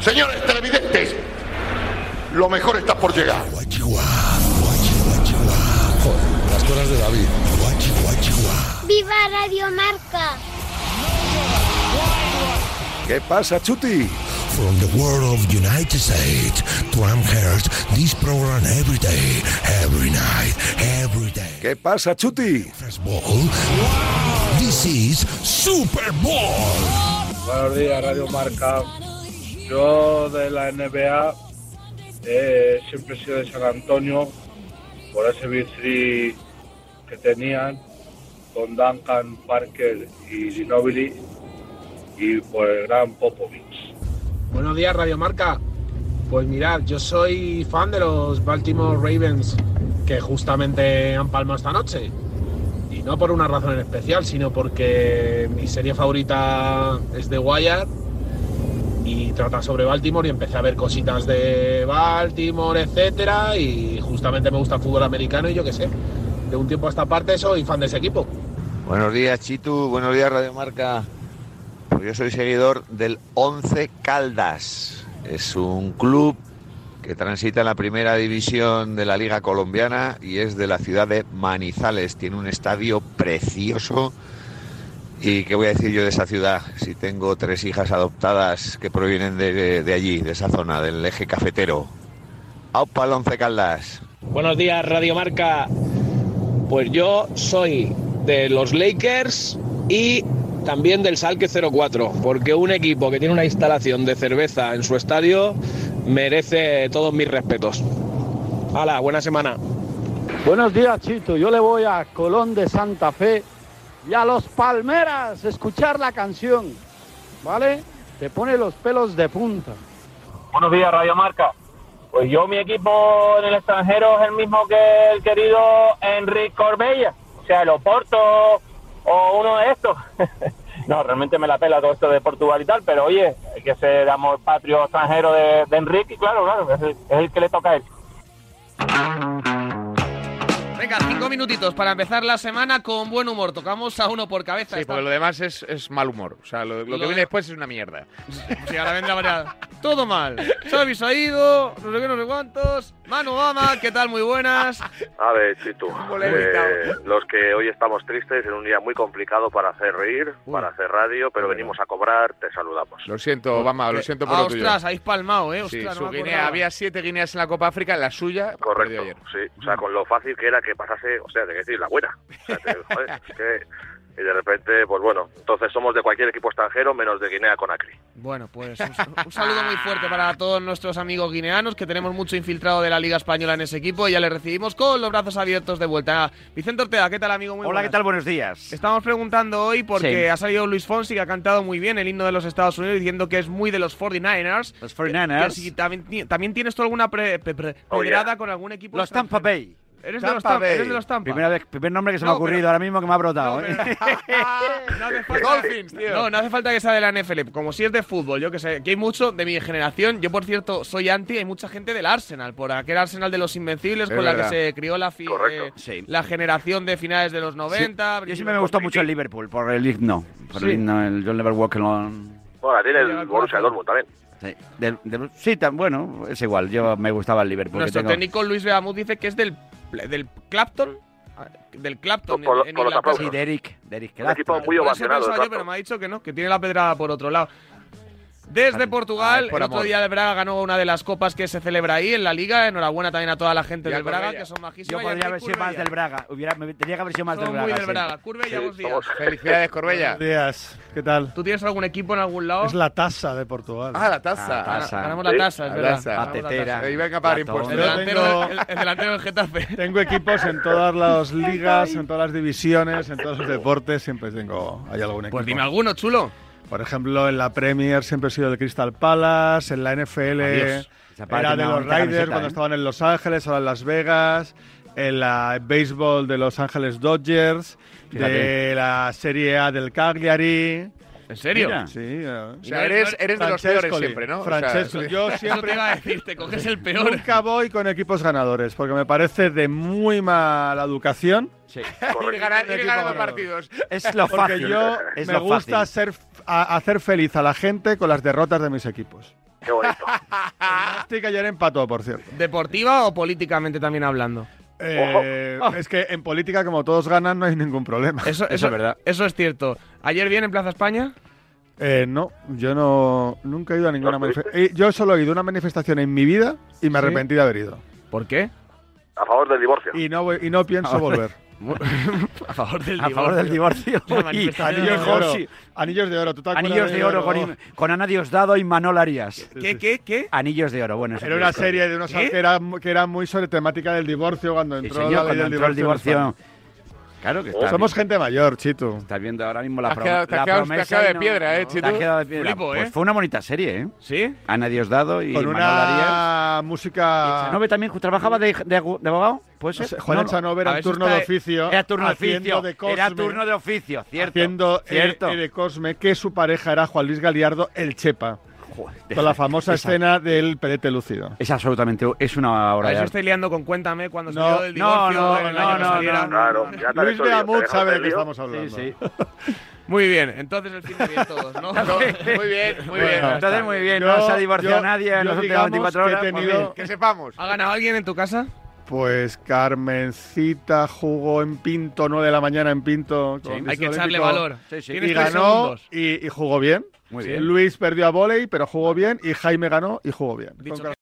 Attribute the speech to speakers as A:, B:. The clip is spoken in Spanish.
A: Señores televidentes, lo mejor está por llegar.
B: Joder, las cosas de David.
C: ¡Viva Radio Marca!
D: ¿Qué pasa, Chuti?
B: From the world of United States to Amherst, this program every day, every night, every day.
D: ¿Qué pasa, Chuti?
B: First ball. This is Super Bowl.
E: Buenos días, Radio Marca. Yo de la NBA eh, siempre he sido de San Antonio por ese Big Three que tenían con Duncan, Parker y Ginobili y por el gran Popovich.
F: Buenos días, Radio Marca. Pues mirad, yo soy fan de los Baltimore Ravens que justamente han palmado esta noche. Y no por una razón en especial, sino porque mi serie favorita es The Wire y trata sobre Baltimore y empecé a ver cositas de Baltimore, etcétera, y justamente me gusta el fútbol americano y yo qué sé. De un tiempo a esta parte soy fan de ese equipo.
G: Buenos días, Chitu. Buenos días, Radio Marca. Pues yo soy seguidor del 11 Caldas. Es un club que transita en la primera división de la Liga Colombiana y es de la ciudad de Manizales. Tiene un estadio precioso. ¿Y qué voy a decir yo de esa ciudad? Si tengo tres hijas adoptadas que provienen de, de allí, de esa zona, del eje cafetero. ¡Aupa el 11 Caldas!
H: Buenos días, Radio Marca. Pues yo soy de los Lakers y también del Salque 04, porque un equipo que tiene una instalación de cerveza en su estadio merece todos mis respetos. Hala, buena semana.
I: Buenos días, Chito. Yo le voy a Colón de Santa Fe y a los Palmeras escuchar la canción. ¿Vale? Te pone los pelos de punta.
J: Buenos días, Radio Marca. Pues yo, mi equipo en el extranjero es el mismo que el querido Enrique Corbella, o sea, el Oporto o uno de estos. no, realmente me la pela todo esto de Portugal y tal, pero oye, hay que ser amor patrio extranjero de, de Enrique, y claro, claro, es el, es el que le toca a él.
K: Venga, cinco minutitos para empezar la semana con buen humor. Tocamos a uno por cabeza.
L: Sí,
K: Esta-
L: porque lo demás es, es mal humor. O sea, lo, lo que
K: Lo-
L: viene después es una mierda.
K: Sí, ahora vendrá variada. Todo mal. Xavi se ha ido, no sé qué, no sé cuántos. Manu Gama, ¿qué tal? Muy buenas.
M: A ver, Chitu,
K: Polémica.
M: eh, los que hoy estamos tristes en un día muy complicado para hacer reír, para hacer radio, pero venimos a cobrar, te saludamos.
L: Lo siento, Obama, lo siento por
K: Ah,
L: lo tuyo.
K: ostras, habéis palmado, ¿eh?
L: Sí,
K: Ostras,
L: su
K: no me
L: Guinea-
K: acordaba.
L: había siete guineas en la Copa África, la suya.
M: Correcto, sí. O sea, con lo fácil que era que pasase, o sea, de decir, la buena. O sea, te- joder, es que- y de repente, pues bueno, entonces somos de cualquier equipo extranjero menos de Guinea Conakry.
K: Bueno, pues un, un saludo muy fuerte para todos nuestros amigos guineanos, que tenemos mucho infiltrado de la Liga Española en ese equipo y ya les recibimos con los brazos abiertos de vuelta. Vicente Ortega, ¿qué tal, amigo? Muy
N: Hola, ¿qué tal? Buenos días.
K: Estamos preguntando hoy porque
N: Sí.
K: ha salido Luis Fonsi que ha cantado muy bien el himno de los Estados Unidos diciendo que es muy de los 49ers.
N: Los 49ers.
K: Y también, ti- también tienes tú alguna pre, pre- pre-
N: Oh, yeah.
K: pedrada con algún equipo.
N: Los Tampa Bay.
K: Eres de los Tampa, eres de los pues, Tampa.
N: Primera vez, primer nombre que se me
K: No,
N: ha ocurrido ahora mismo que me ha brotado. ¿eh?
K: Dolphins, tío. No, no hace falta que sea de la NFL. Como si es de fútbol, yo que sé, que hay mucho de mi generación. Yo, por cierto, soy anti. Hay mucha gente del Arsenal, por aquel Arsenal de los Invencibles
N: Es
K: con la
N: verdad.
K: que se crió la, fi- eh, la generación de finales de los 90.
N: Yo siempre me gustó mucho el Liverpool por el himno. Por el
K: Sí.
N: himno, el John Never Walk Alone.
M: Bueno, tiene el Borussia Dortmund también.
N: Sí, del- del- sí, tan, bueno, es igual. Yo me gustaba el Liverpool. que
K: Nuestro
N: tengo-
K: técnico Luis Beamut dice que es del, del Clapton. ah, Del Clapton.
N: Por-
K: en- en
N: por los
K: Inglaterra.
N: aplausos. Sí, Derek- Derek Un Clapton. equipo muy
K: Por eso
N: ovacionado,
K: pensaba yo,
N: el
K: pero me ha dicho que no, que tiene la pedrada por otro lado. Desde Portugal,
N: por
K: el otro
N: amor.
K: día el Braga ganó una de las copas que se celebra ahí en la liga. Enhorabuena también a toda la gente
N: Ya
K: del
N: con
K: Braga,
N: ella.
K: que son majísimos.
N: Yo podría haber sido más del Braga. Hubiera, me, tenía que haber sido más
K: Somos
N: del Braga.
K: muy del
N: sí.
K: Braga. Curbella, buenos días.
L: Felicidades, Corbella.
O: Buenos días, ¿qué tal?
K: ¿Tú tienes algún equipo en algún lado?
O: Es la tasa de Portugal.
L: Oh. Ah, la tasa.
K: Ah, gana- Ganamos la tasa, es verdad. Ganamos la tasa.
L: Y venga a pagar impuestos.
K: El delantero, del- el- el delantero del Getafe.
O: Tengo equipos en todas las ligas, en todas las divisiones, en todos los deportes, siempre tengo hay algún equipo.
K: Pues dime alguno, chulo.
O: Por ejemplo, en la Premier siempre he sido del Crystal Palace, en la NFL
K: Adiós. Esa
O: era
K: parte
O: de
K: tenía
O: los
K: bonita
O: Raiders
K: camiseta,
O: cuando
K: ¿eh?
O: estaban en Los Ángeles, ahora en Las Vegas, en la béisbol de Los Ángeles Dodgers,
L: Fíjate.
O: de la Serie A del Cagliari.
K: ¿En
L: serio? Mira.
O: Sí. eh.
L: O sea, eres- eres de los
O: Francescoli,
L: peores siempre, ¿no? O sea,
O: Francesco,
L: sí.
O: yo
K: Eso
O: siempre
K: te iba a decir, te coges el peor.
O: Nunca voy con equipos ganadores, porque me parece de muy mala educación.
N: Sí.
L: Ir ganando, ir ganando partidos.
O: Porque yo me gusta Ser, a- hacer feliz a la gente con las derrotas de mis equipos.
M: Qué bonito.
O: Estoy que ayer empató, por cierto.
K: ¿Deportiva o políticamente también hablando?
O: Eh,
N: Ah.
O: es que en política, como todos ganan, no hay ningún problema.
K: Eso, eso- Eso es cierto. ¿Ayer bien en Plaza España?
O: Eh, no, yo no nunca he ido a ninguna manifestación. Yo solo he ido a una manifestación en mi vida y me
K: ¿Sí?
O: arrepentí de haber ido.
K: ¿Por qué?
M: A favor del divorcio.
O: Y no, voy- y no
N: Ah,
O: pienso volver.
K: A favor del
N: A favor del divorcio.
O: La manifestación
N: Y-
O: de
N: Anillos de
O: oro.
N: oro.
O: Anillos de Oh, oro. ¿tú te acuerdas
N: Anillos de oro con, con Ana Diosdado y Manol Arias.
K: ¿Qué, qué, qué?
N: Anillos de oro, bueno. eso
O: Era
N: sí
O: una
N: es correcto.
O: serie de unos
N: Sí,
O: que era, mu- que era muy sobre temática del divorcio cuando entró
N: señor,
O: la ley
N: cuando
O: del
N: entró el
O: divorcio. en
N: divorcio.
O: España.
N: Claro que está.
O: Somos gente mayor, Chito.
N: Estás viendo ahora mismo la,
O: Te has
N: pro-
O: quedado- te has
N: la
O: quedado- te has
N: promesa.
O: quedado
N: y
O: de
N: no-
O: piedra, ¿eh,
N: no,
O: Chito?
N: te has quedado de piedra.
O: Flipo,
N: Pues
O: ¿eh?
N: fue una bonita serie, ¿eh?
K: ¿Sí?
N: Ana Diosdado y
O: Con
N: Manol Arias.
O: una música.
N: Chanove también trabajaba de, de agu- de abogado, ¿puede
O: No
N: ser?
O: sé, Juana Chanove era A ver si turno está- de oficio,
N: Era turno de
O: haciendo
N: oficio.
O: de
N: era
O: Cosme.
N: turno de oficio, cierto.
O: Haciendo
N: cierto.
O: E, de Cosme, que su pareja era Juan Luis Galiardo, el Chepa. con la famosa
N: Esa-
O: escena del pedete lúcido.
N: Es absolutamente, es una
O: Ah,
N: obra
K: A ver
N: de
K: si
N: arte.
K: estáis liando con Cuéntame cuando
O: No,
K: salió del
O: no,
K: divorcio.
O: no,
K: del
O: no,
K: año que
O: no,
K: saliera.
O: no, Claro, no, no. ya te Luis de Amut sabe de qué estamos hablando.
K: ¿eh?
N: Sí,
K: Muy bien, entonces el fin de bien todos, ¿no?
L: Muy bien, muy bien.
N: entonces muy bien, no se ha divorciado nadie en las últimas 24 horas.
O: que he
N: pues
O: tenido-
N: bien.
L: Que sepamos.
K: ¿Ha ganado alguien en tu casa?
O: Pues Carmencita jugó en Pinto, 9 de la mañana en Pinto. con
K: Hay
O: Cristo
K: que echarle
O: Olímpico,
K: valor. Sí, sí.
O: Y
K: Tienes tres
O: ganó
K: segundos.
O: y, y jugó bien.
K: Muy bien.
O: Luis perdió a volei, pero jugó bien. Y Jaime ganó y jugó bien. Con